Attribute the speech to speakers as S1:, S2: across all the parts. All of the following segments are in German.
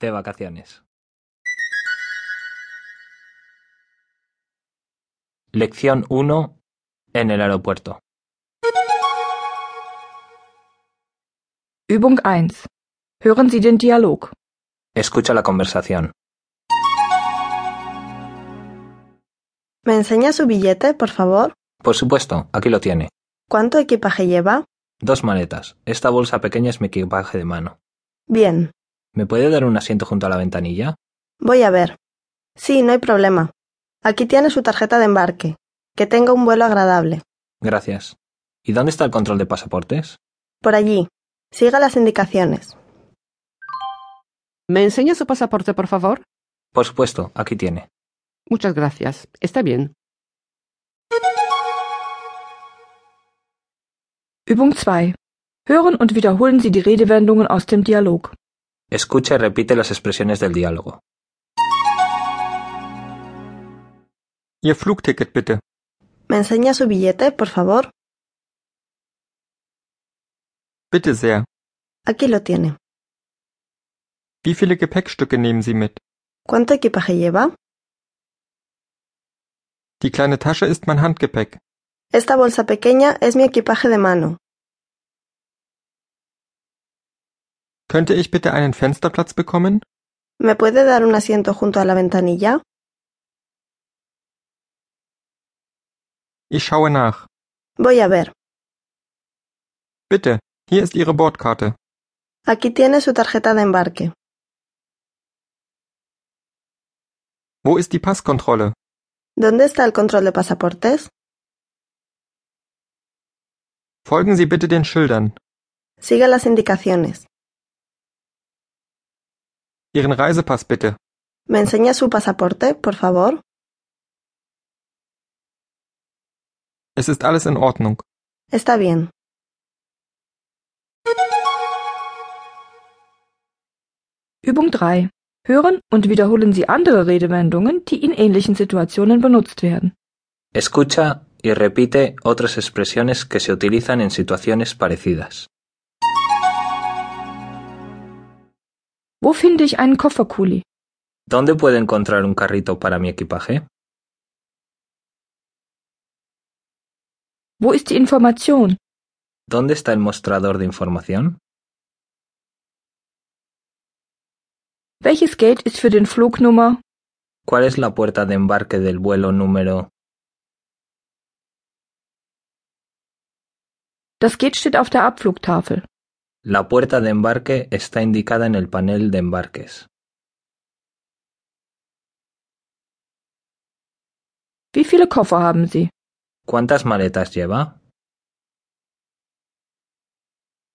S1: de vacaciones. Lección 1. En el aeropuerto.
S2: Übung 1. Hören Sie den Dialog.
S1: Escucha la conversación.
S3: ¿Me enseña su billete, por favor?
S1: Por supuesto, aquí lo tiene.
S3: ¿Cuánto equipaje lleva?
S1: Dos maletas. Esta bolsa pequeña es mi equipaje de mano.
S3: Bien,
S1: ¿Me puede dar un asiento junto a la ventanilla?
S3: voy a ver. Sí, no hay problema. Aquí tiene su tarjeta de embarque. Que tenga un vuelo agradable.
S1: Gracias. ¿Y dónde está el control de pasaportes?
S3: Por allí. Siga las indicaciones.
S4: ¿Me enseña su pasaporte, por favor?
S1: Por supuesto, aquí tiene.
S4: Muchas gracias. Está bien.
S2: Übung 2. Hören und wiederholen Sie die Redewendungen aus dem Dialog.
S1: Escucha y repite las expresiones del diálogo.
S5: Ihr Flugticket bitte.
S3: ¿Me enseña su billete, por favor?
S5: Bitte sehr.
S3: Aquí lo tiene.
S5: Wie viele Gepäckstücke nehmen Sie mit?
S3: ¿Cuánto equipaje lleva?
S5: Die kleine Tasche ist mein Handgepäck.
S3: Esta bolsa pequeña es mi equipaje de mano.
S5: Könnte ich bitte einen Fensterplatz bekommen?
S3: ¿Me puede dar un asiento junto a la ventanilla?
S5: Ich schaue nach.
S3: Voy a ver.
S5: Bitte, hier ist Ihre Bordkarte.
S3: Aquí tiene su tarjeta de embarque.
S5: Wo ist die Passkontrolle?
S3: ¿Dónde está el control de pasaportes?
S5: Folgen Sie bitte den Schildern.
S3: Siga las indicaciones.
S5: Ihren Reisepass bitte.
S3: ¿Me enseña su pasaporte, por favor?
S5: Es ist alles in Ordnung.
S3: Está bien.
S2: Übung 3. Hören und wiederholen Sie andere Redewendungen, die in ähnlichen Situationen benutzt werden.
S1: Escucha y repite otras expresiones que se utilizan en situaciones parecidas.
S2: Wo finde ich einen Kofferkuli?
S1: ¿Dónde puedo encontrar un carrito para mi equipaje?
S2: Wo ist die Information?
S1: ¿Dónde está el mostrador de información?
S2: Welches Gate ist für den Flug Nummer?
S1: ¿Cuál es la puerta de embarque del vuelo número?
S2: Das Gate steht auf der Abflugtafel.
S1: La puerta de embarque está indicada en el panel de embarques.
S2: Wie viele Koffer haben Sie?
S1: ¿Cuántas maletas lleva?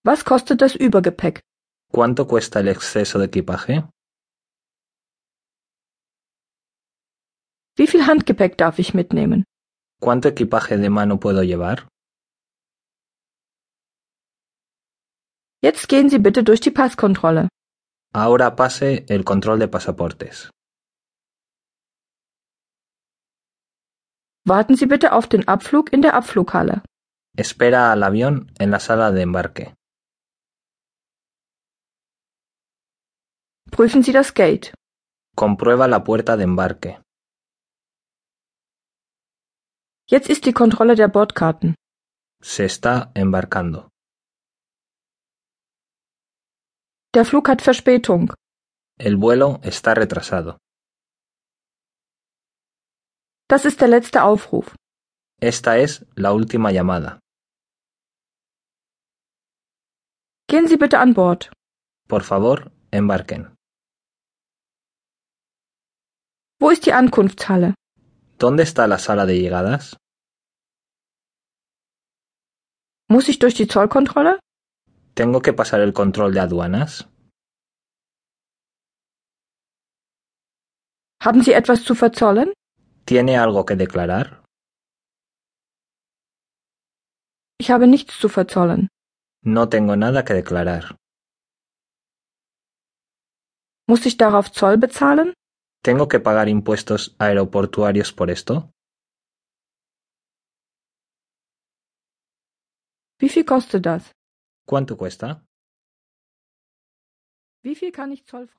S2: Was kostet das Übergepäck?
S1: ¿Cuánto cuesta el exceso de equipaje?
S2: Wie viel Handgepäck darf ich mitnehmen?
S1: ¿Cuánto equipaje de mano puedo llevar?
S2: Jetzt gehen Sie bitte durch die Passkontrolle.
S1: Ahora pase el control de pasaportes.
S2: Warten Sie bitte auf den Abflug in der Abflughalle.
S1: Espera al avión en la sala de embarque.
S2: Prüfen Sie das Gate.
S1: Comprueba la puerta de embarque.
S2: Jetzt ist die Kontrolle der Bordkarten.
S1: Se está embarcando.
S2: Der Flug hat Verspätung.
S1: El vuelo está retrasado.
S2: Das ist der letzte Aufruf.
S1: Esta es la última llamada.
S2: Gehen Sie bitte an Bord.
S1: Por favor, embarquen.
S2: Wo ist die Ankunftshalle?
S1: ¿Dónde está la sala de llegadas?
S2: Muss ich durch die Zollkontrolle?
S1: ¿Tengo que pasar el control de aduanas?
S2: Haben Sie etwas zu verzollen?
S1: ¿Tiene algo que declarar?
S2: Ich habe nichts zu verzollen.
S1: No tengo nada que declarar.
S2: Muss ich darauf Zoll bezahlen?
S1: ¿Tengo que pagar impuestos aeroportuarios por esto?
S2: Wie viel kostet das?
S1: ¿Cuánto cuesta?
S2: Wie viel kann ich zollfrei?